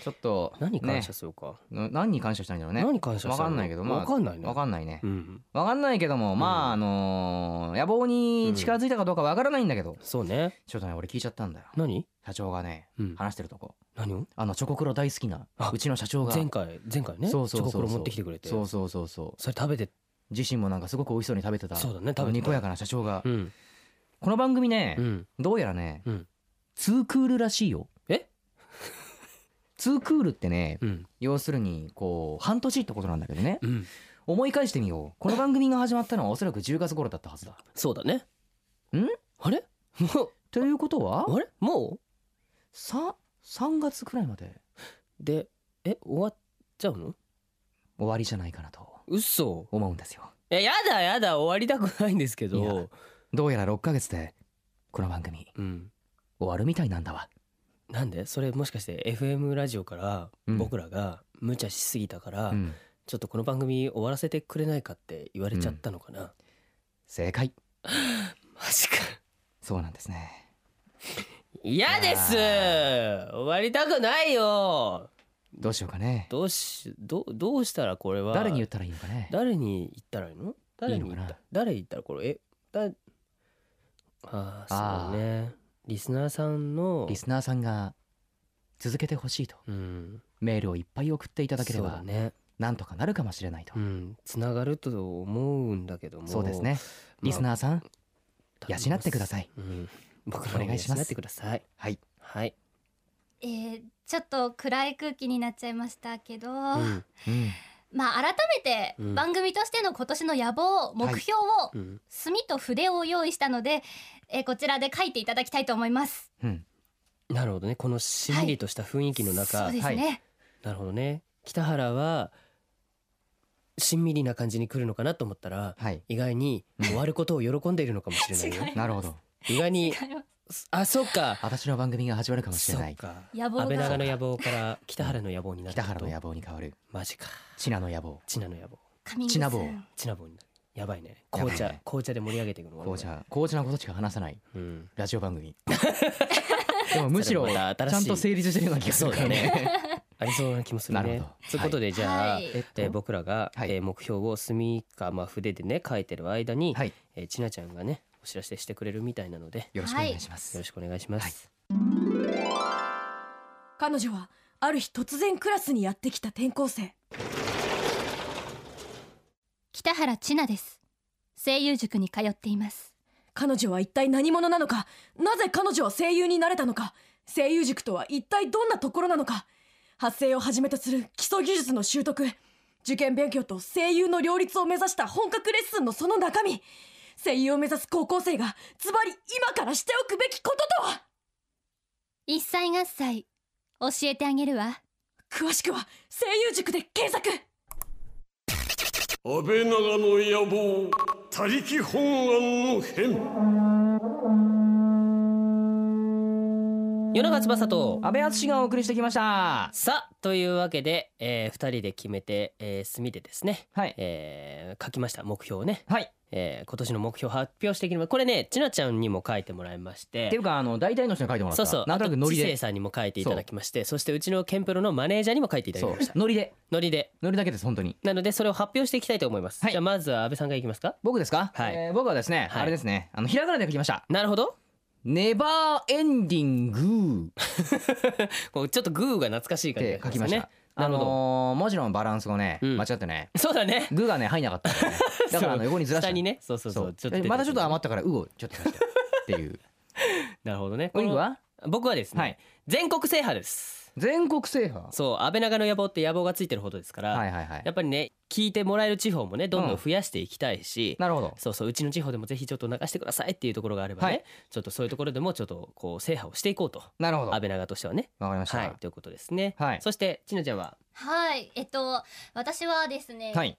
S4: ちょっと
S3: 何に感
S4: ね
S3: 謝するか、
S4: な何に感謝したいんだろうね
S3: 何に感謝する
S4: わかんないけどまあ
S3: わかんないね
S4: わかんないね
S3: うん
S4: わかんないけどもまああのー野望に近づいたかどうかわからないんだけど
S3: そうね
S4: ちょっとね俺聞いちゃったんだよ
S3: 何
S4: 社長がね
S3: うん
S4: 話してるとこ
S3: 何を
S4: あのチョコクロ大好きな
S3: あ
S4: うちの社長が
S3: 前回前回ね
S4: そうそうそ
S3: チ
S4: う
S3: ョコクロ持ってきてくれて
S4: そうそうそうそう
S3: それ食べて
S4: 自身もなんかすごく美味しそうに食べてた
S3: そうだね食べてた
S4: にこやかな社長が
S3: うん
S4: この番組ね
S3: うん
S4: どうやらね
S3: うん
S4: ツークールらしいよ
S3: え
S4: ツークールってね
S3: うん
S4: 要するにこう半年ってことなんだけどね
S3: うん
S4: 思い返してみようこの番組が始まったのはおそらく10月頃だったはずだ
S3: そうだね
S4: ん
S3: あれもう
S4: ということは
S3: あれもう
S4: さ3月くらいまで
S3: でえ終わっちゃうの
S4: 終わりじゃないかなと
S3: 嘘
S4: 思うんですよ
S3: えやだやだ終わりたくないんですけ
S4: いや
S3: ど
S4: どうやら6ヶ月でこの番組
S3: うん
S4: 終わるみたいなんだわ
S3: なんでそれもしかして FM ラジオから
S4: うん
S3: 僕らが無茶しすぎたから、
S4: うん
S3: ちょっとこの番組終わらせてくれないかって言われちゃったのかな、
S4: 正解
S3: マジか
S4: そうなんですね
S3: 嫌です終わりたくないよ
S4: どうしようかね
S3: どうしどうどうしたらこれは
S4: 誰に言ったらいいのかね
S3: 誰に言ったらいいの誰に言
S4: い
S3: っ
S4: いの
S3: た
S4: かな
S3: 誰に言ったらこれえだああ
S4: あー
S3: そうねリスナーさんの
S4: リスナーさんが続けてほしいと
S3: うん
S4: メールをいっぱい送っていただけれ
S3: そう
S4: ば
S3: だね
S4: なんとかなるかもしれないと
S3: うんつながると思うんだけども
S4: そうですねリスナーさん養ってください
S3: うん、僕
S4: お願いします
S3: 養ってください
S4: はい
S3: はい、
S6: えーちょっと暗い空気になっちゃいましたけど、
S3: うん
S4: うん
S6: まあ改めて
S3: うん
S6: 番組としての今年の野望、目標を
S3: うん、
S6: 墨と筆を用意したので、えーこちらで書いていただきたいと思います。
S4: うん
S3: なるほどねこのしんりとした雰囲気の中、
S6: そうですね。
S3: なるほどね北原はしんみりな感じに来るのかなと思ったら
S4: はい
S3: 意外に終わることを喜んでいるのかもしれないよ
S6: 違い
S4: なるほど
S3: 意外に
S6: 違います
S3: あそうか
S4: 私の番組が始まるかもしれない
S3: そうか
S6: 野望が
S3: 安倍長の野望から北原の野望になる
S4: 北原の野
S3: 望
S4: 望に変わる
S3: マジか
S4: 千奈の野望
S3: 千奈の野望
S6: カミング
S4: ちなぼう
S6: スーン
S3: 千奈坊になるやばいね
S4: やばい
S3: 紅
S4: ね
S3: 茶紅茶で盛り上げていくの
S4: 紅茶紅茶のことしか話さない
S3: うん
S4: ラジオ番 組でもむしろ
S3: それ
S4: ち
S3: ま
S4: ゃ
S3: た新しい
S4: んと成立してるような気がするから
S3: そうだ
S4: ね
S3: ありそうな気もする
S4: なる
S3: ね
S4: ほど。
S3: ということでじゃあ
S6: はい
S4: えっ
S3: えー
S4: と
S3: 僕らが
S4: はい
S3: えー目標を墨かまあ筆でね書いてる間に
S4: はい
S3: えーちなちゃんがねお知らせしてくれるみたいなのでよ
S4: よろしくお願いします
S3: ろしくお願いしま
S4: はい
S3: す。
S8: 彼女はある日突然クラスにやってきた転校生
S6: 北原千奈です。声優塾に通っています。
S8: 彼女は一体何者なのかなぜ彼女は声優になれたのか声優塾とは一体どんなところなのか発声をはじめとする基礎技術の習得受験勉強と声優の両立を目指した本格レッスンのその中身声優を目指す高校生がズバリ今からしておくべきこととは
S6: 一歳合歳教えてあげるわ。
S8: 詳しくは声優塾で検索
S2: 安倍長の野望他力本願の変
S3: 夜中翼と
S9: 安倍敦がお送りしてきました
S3: さあというわけでえー二人で決めてえー墨でですね
S9: はい
S3: えー書きました目標をね
S9: はい
S3: えー今年の目標発表していきますこれねちなちゃんにも書いてもらいまし
S4: ってい
S3: て
S4: うかあの大体の人に書いてもらった
S3: そうそう
S4: なんとなくノリ
S3: あと知性
S4: で
S3: さんにも書いていただきましてそしてうちのケンプロのマネージャーにも書いていただき
S4: そう
S3: ました
S4: ノリで
S3: ノリで
S4: ノリだけです本当に
S3: なのでそれを発表していきたいと思います、
S4: はい
S3: じゃあまずは安倍さんがいきますか
S4: 僕ですか
S3: はい
S4: えー僕はですね
S3: はい
S4: あれですねあのひらがなで書きました
S3: なるほど
S4: ネバーエンディング
S3: こうちょっとグーが懐かしい
S4: っ
S3: 感じ
S4: て書きました
S3: な
S4: あ
S3: るほど、
S4: のー文字のバランスをね
S3: うん
S4: 間違ってね
S3: そうだね
S4: グがね入んなかったんだよ ねだからあの横にずらした
S3: 下にねそうそうそう
S4: そう
S3: ちょっと出てる
S4: またちょっと余ったからうをちょっと足してっていう
S3: なるほどね
S4: お肉は
S3: 僕はですね、
S4: はい
S3: 全国制覇です
S4: 全国制覇
S3: そう安倍長の野望って野望がついてるほどですから、
S4: はいはいは
S3: や
S4: い
S3: っぱりね聞いてもらえる地方もねどんどん増やしていきたいし、
S4: なるほど
S3: そうそううちの地方でもぜひちょっと流してくださいっていうところがあればね、
S4: はい
S3: ちょっとそういうところでもちょっとこう制覇をしていこうと
S4: なるほどわ
S3: 安倍
S4: か
S3: 長としてはね
S4: りまし
S3: はい
S4: た
S3: ということですね、
S4: はい
S3: そしてちなちゃんは
S6: はい。えっと私はですね、
S4: はい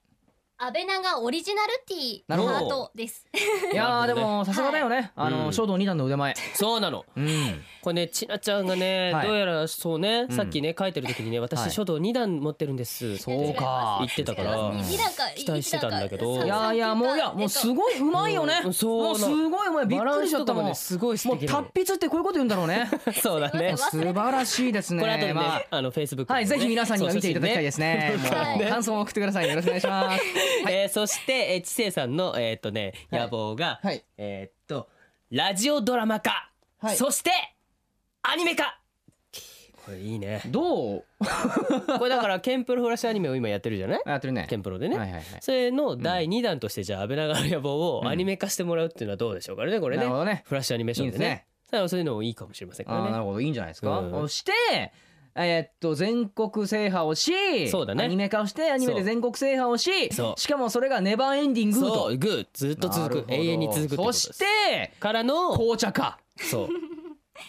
S6: 安倍長オリジナルティー
S10: なるほど
S6: ハートです。
S10: いやーでもさすがだよねあ
S3: う
S10: の
S3: ん
S10: 書道二段の腕 前
S3: そうなの
S10: うん
S3: これねちなちゃんがね、
S10: はい
S3: どうやらそうね、
S4: うん
S3: さっきね書いてる時にね
S4: はい
S3: 私書道二段持ってるんです、
S4: そうか
S3: 言ってた から
S6: 二段か
S3: 期待してたんだけど
S6: 一段か
S10: いやいやもういやもうすごいうまいよね
S3: うんそう
S10: もうすごいうまいびっくりしちゃったもんも
S3: バラン
S10: う
S3: スとかもねすごい素
S10: 達
S3: 敵なの
S10: 筆ってこういうこと言うんだろうね
S3: そうだね
S6: すいませ
S10: 素晴らしいですね
S3: これ後でね、
S10: まあ
S3: あのフェイスブック
S10: はい、ぜひ皆さんには見ていただきたいですすね。
S6: はい
S10: もう 感想を送ってください。よろしくお願いします。
S3: えーそして、えー、知性さんのえーっとね
S4: はい
S3: 野望が、
S4: はい
S3: えーっとラジオドラマ化、
S4: はい
S3: そしてアニメ化これいい ね
S10: どう
S3: これだからケンプロフラッシュアニメを今やってるじゃない
S4: やってるね
S3: ケンプロで
S4: は
S3: ね、
S4: いはいはい
S3: それの第2弾としてじゃあ安倍長の野望をアニメ化してもらうっていうのはどうでしょうかねこれ
S4: な
S3: ね
S4: るほどね
S3: フラッシュアニメーションで
S4: いいで
S3: ねだからそういうのもいいかもしれませんか
S4: あーな
S3: ら
S4: る
S3: ね
S4: ほどいいんじゃないですか、
S3: うん
S10: して、えーっと全国制覇をし
S3: そうだね
S10: アニメ化をしてアニメで全国制覇をし
S3: そう
S10: しかもそれがネバーエンディング
S3: そ
S10: と
S3: うグーずっと
S4: な
S3: 続
S4: るほ
S3: く
S4: ど
S3: 永遠に続くってこと
S10: そ
S3: です
S10: して
S3: からの
S10: 紅茶か
S3: そ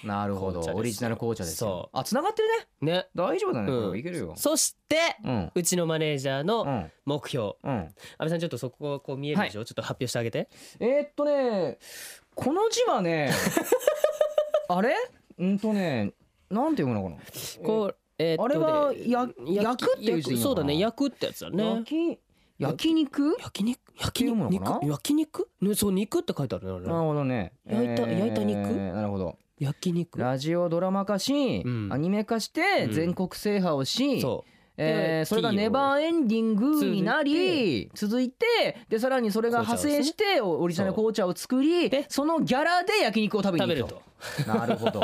S4: なるほど
S3: 紅茶ですよ
S4: オリジナル紅茶ですよ
S3: そ
S10: あ繋がってるね
S3: うね
S4: 大丈夫だね、
S3: うん
S4: これいけるよ
S3: そして
S4: うん
S3: うちのマネージャー
S4: う
S3: の
S4: ん
S3: 目標
S4: うん
S3: 安倍さんちょっとそここう見えるでしょ、ちょっと発表してあげて
S10: えーっとねこの字は ねあれ
S4: うんとねなんて読むのかな
S3: こうえーっと
S10: あれはや
S3: ね
S10: 焼くっていう字でいいのかな
S3: そうだね焼くってやつだね
S4: 焼き焼き肉
S3: 焼肉焼
S4: って読む
S3: 肉
S4: のかな
S3: 肉焼肉ねそう肉って書いてあるねあれ
S4: なるほどね
S3: 焼いた焼いた肉
S4: なるほど
S3: 焼肉
S4: ラジオドラマ化し、
S3: うん
S4: アニメ化して
S3: うん
S4: 全国制覇をし、
S3: そうで
S4: えーそれが
S3: キーを
S4: ネバーエンディングになり続いてでさらにそれが派生してオリジナル紅茶を作り
S3: で
S4: そのギャラで焼肉を食べに
S3: 食べ
S4: 行
S3: る
S4: くと
S3: と
S4: なる ほど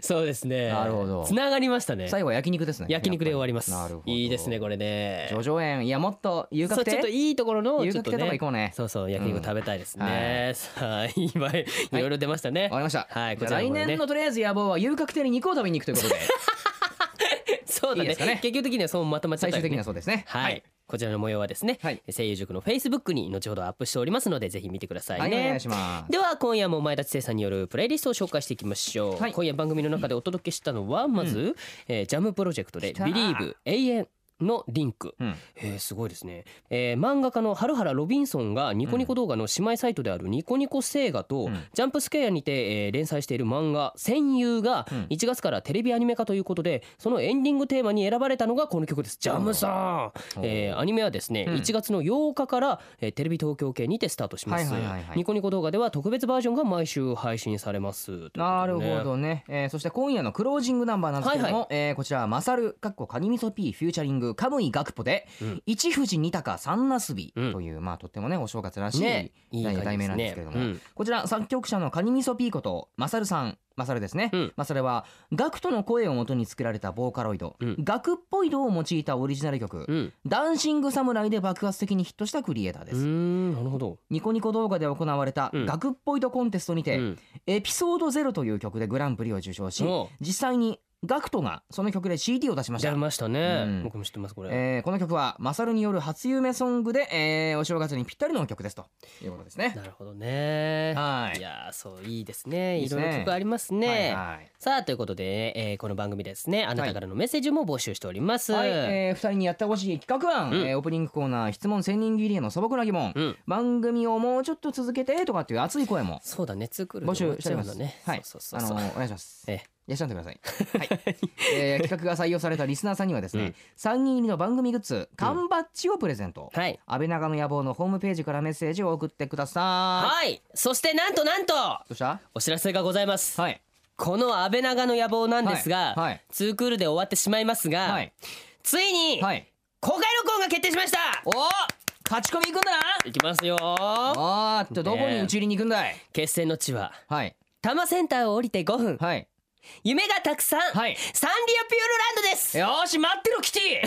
S3: そうですね
S4: なるほど
S3: つながりましたね
S4: 最後は焼肉ですね
S3: 焼肉で終わります
S4: やっぱなるほど
S3: いいですねこれね
S4: 叙々苑いやもっと遊
S3: そう
S4: 郭
S3: ちょっと
S4: 亭
S3: いいところの
S4: 遊
S3: ちょっ
S4: 郭
S3: と
S4: 亭とか
S3: ね
S4: 行こうね
S3: そうそう焼
S4: う
S3: 肉
S4: ん
S3: 食べたいですね、 さあ今いろいろ出ましたね
S4: わかりました
S3: はい
S4: じ
S3: こ
S4: ゃあ
S3: ちら
S4: 来
S3: もね
S4: 年のとりあえず野望は遊郭亭に肉を食べに行くという ことで
S3: そうだ
S4: いい
S3: ね
S4: ですかね
S3: 結局的にはそうまとまっちゃっ
S4: 最
S3: たよ
S4: 終
S3: ね
S4: 的にはそうですね
S3: はい、こちらの模様はですね、
S4: はい
S3: 声優塾のフェイスブックに後ほどアップしておりますのでぜひ見てくださいね、
S4: はいお願いします
S3: では今夜も前田知世さんによるプレイリストを紹介していきましょう、
S4: はい
S3: 今夜番組の中でお届けしたのはまず、えージャムプロジェクトで
S4: 来た
S3: 「ビリーブ永遠」のリンク、
S4: うん
S3: えーすごいですね、えー漫画家の春原ロビンソンがニコニコ動画の姉妹サイトであるニコニコ星画と、
S4: うん
S3: ジャンプスケアにて、えー連載している漫画「戦友」が
S4: うん
S3: 1月からテレビアニメ化ということでそのエンディングテーマに選ばれたのがこの曲ですジャムさん、
S4: おー
S3: えーアニメはですね、
S4: うん
S3: 1月の8日から、えーテレビ東京系にてスタートします、
S4: はいはいはいはい
S3: ニコニコ動画では特別バージョンが毎週配信されますということでね
S4: なるほどね、えーそして今夜のクロージングナンバーなんですけども、
S3: はいは
S4: えーこちらは「マサル」かっこカニ味噌 P フューチャリングカムイガクポで「
S3: うん
S4: 一富士二鷹三なすび」
S3: うん
S4: という、まあとってもねお正月らしい,、
S3: ねいい感じですね
S4: 題名なんですけども、
S3: うん
S4: こちら作曲者のカニ味噌 P ことマサルさんマサルですね、
S3: うん
S4: マサルはガクとの声を元に作られたボーカロイド、
S3: うん
S4: ガクっぽい度を用いたオリジナル曲、
S3: うん
S4: ダンシングサムライで爆発的にヒットしたクリエイターで
S3: うー
S4: す、
S3: んなるほど、
S4: ニコニコ動画で行われた
S3: うん
S4: ガクっぽい度コンテストに
S3: う
S4: て、
S3: ん、
S4: エピソードゼロという曲でグランプリを受賞し、
S3: お
S4: 実際にガクトがその曲で CD を出しまし
S3: 出
S4: た。
S3: ましたね、
S4: うん
S3: 僕も知ってますこれ、
S4: えーこの曲はマサルによる初夢ソングで、えーお正月にぴったりの曲ですということですね。
S3: なるほどね
S4: はい
S3: いやーそういいですね
S4: いい
S3: い
S4: です
S3: ろ
S4: ね
S3: いろ曲ありますね
S4: はいはい
S3: さあということで、えーこの番組ですねあなたからのメッセージも募集しております、
S4: はい、えー、2人にやってほしい企画案、
S3: うん
S4: えーオープニングコーナー質問千人切りへの素朴な疑問、
S3: うん
S4: 番組をもうちょっと続けてとかっていう熱い声も
S3: そうだねツークールで
S4: 募集しておりま
S3: 終わっちゃう
S4: す。
S3: のね
S4: はい、
S3: そうそうそうそう
S4: あのお願いします。
S3: ええ
S4: いらっしゃってくださ い。はい、えー企画が採用されたリスナーさんにはです
S3: う
S4: ね
S3: ん、
S4: 三人入りの番組グッズ、缶バッジをプレゼント。
S3: はい
S4: 安倍長の野望のホームページからメッセージを送ってくださ
S3: はいそしてなんとなんと
S4: い。どうした？
S3: お知らせがございます、
S4: はい。
S3: この安倍長の野望なんですが、
S4: はいはい
S3: ツークールで終わってしまいますが、
S4: はい。
S3: ついに
S4: はい。
S3: 公開録音が決定しました、
S4: おお、勝ち込み行くんだな。
S3: い、きますよ
S4: あーっとどこに打ち入りに行くんだい。
S3: 決戦の地は
S4: はい。
S3: 多摩センターを降りて5分、
S4: はい。
S3: 夢がたくさん、
S4: はい
S3: サンリオピューロランドです
S4: よーし待ってろキテ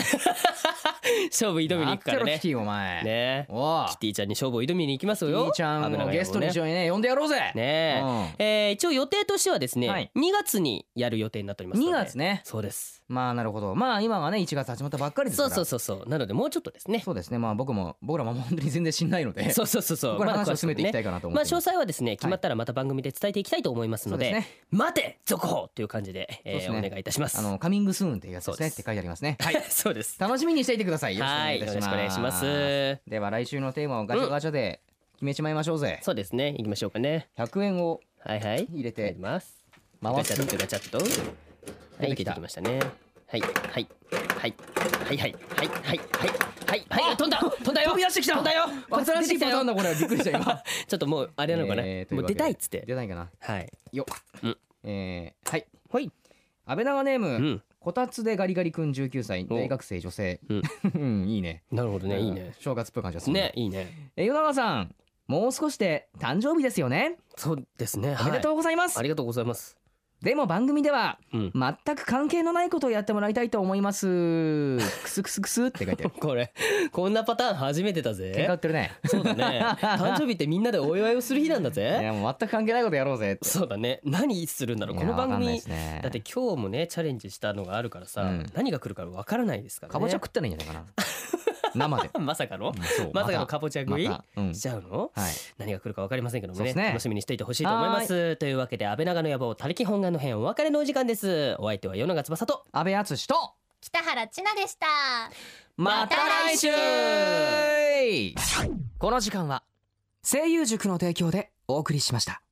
S3: 勝負
S4: ィ。
S3: 挑みに行くから
S4: 待ってろ
S3: ね
S4: キティお前。。
S3: ね
S4: おお。
S3: キティちゃんに勝負を挑みに行きますよ
S4: キティちゃん
S3: 危な
S4: を
S3: い
S4: ゲストに一
S3: ね
S4: 緒にね呼んでやろうぜ。
S3: ねええー一応予定としてはですね、
S4: はい
S3: 2月にやる予定になっておりますの
S4: 2
S3: で
S4: 月ね。
S3: そうです
S4: まあなるほど。まあ今はね1月始まったばっかりです
S3: そ
S4: か
S3: う
S4: ら。
S3: そう
S4: そ
S3: そうそうなのでもうちょっとです
S4: う
S3: ね
S4: ですね。まあ僕も僕らも本当に全然知んないので。
S3: そうそうそうそう
S4: ここから話を
S3: 詳しく
S4: 進
S3: ね
S4: めていきたいかなと思
S3: ま
S4: っ
S3: あ
S4: て
S3: 詳
S4: ます
S3: 細はですね決まったらまた番組で伝えていきたいと思いますので,、
S4: そうですね
S3: 待て続報という感じで,、えー
S4: そうですね
S3: お願いいたします
S4: あのカミングスーンっていうやつです
S3: そう
S4: ね
S3: で
S4: っ
S3: す
S4: て書いてありますね。
S3: はいそうです
S4: 楽しみにしていてください。ろしくお願いいたします。
S3: はいよろしくお願いします
S4: では来週のテーマをガチャガチャで決めちまいましょうぜ。
S3: そうですね行きましょうかね
S4: 100円を
S3: はいはい
S4: 入れ
S3: やり
S4: て
S3: ます
S4: 回
S3: ガ
S4: す
S3: チャ。ッとガチャッとはい
S4: 出て
S3: 出
S4: きた
S3: てきましたねはいはいはいはいはいはいはいはいはいはい飛んだ飛んだよ飛び出してきた飛んだよこれ
S4: 新し
S3: 出
S4: い
S3: てき
S4: パタ
S3: た
S4: ーン
S3: よ
S4: だこれびっくりした今。
S3: ちょっともうあれなのかな
S4: えーとい
S3: も
S4: わ
S3: う出
S4: けで
S3: たいっつって
S4: 出ないかな。
S3: はい
S4: よっ。
S3: うん
S4: えーはい。
S3: はい。
S4: 安倍長ネーム、
S3: うん
S4: こたつでガリガリ君19歳
S3: お
S4: 大学生女性。
S3: うん
S4: うん いいね。
S3: なるほどねいいね
S4: 正月っぽい感じでする
S3: ね。いいね
S4: え与永さんもう少しで誕生日ですよね。
S3: そうですね
S4: おめでと
S3: う
S4: うございます。
S3: ありがとうございます
S4: でも番組では
S3: うん
S4: 全く関係のないことをやってもらいたいと思います。クスクスクスって書いて ある。
S3: これこんなパターン初めてだ
S4: 喧嘩売
S3: ぜ
S4: ってるね。
S3: そうだ ね誕生日ってみんなでお祝いをする日なんだ
S4: い
S3: ぜ
S4: やもう全く関係ないことやろうぜって。
S3: そうだね何するんだろうこの
S4: いやわ
S3: 番
S4: かんない
S3: 組
S4: ですね
S3: だって今日もねチャレンジしたのがあるからさ、
S4: うん
S3: 何が来るかわからないですからね
S4: かぼちゃ食ってないんじゃないかな。生で。
S3: まさかの
S4: うん そう
S3: まさかのかぼちゃ食い、
S4: またうん
S3: しちゃうの
S4: はい。
S3: 何が来るかわかりませんけども
S4: そう
S3: ね
S4: ですね
S3: 楽しみにしていてほしいと思いますというわけで安倍長の野望たりき本願の編お別れのお時間ですお相手は世永翼と
S4: 安倍敦と
S6: 北原千奈でした
S3: また来週
S5: この時間は声優塾の提供でお送りしました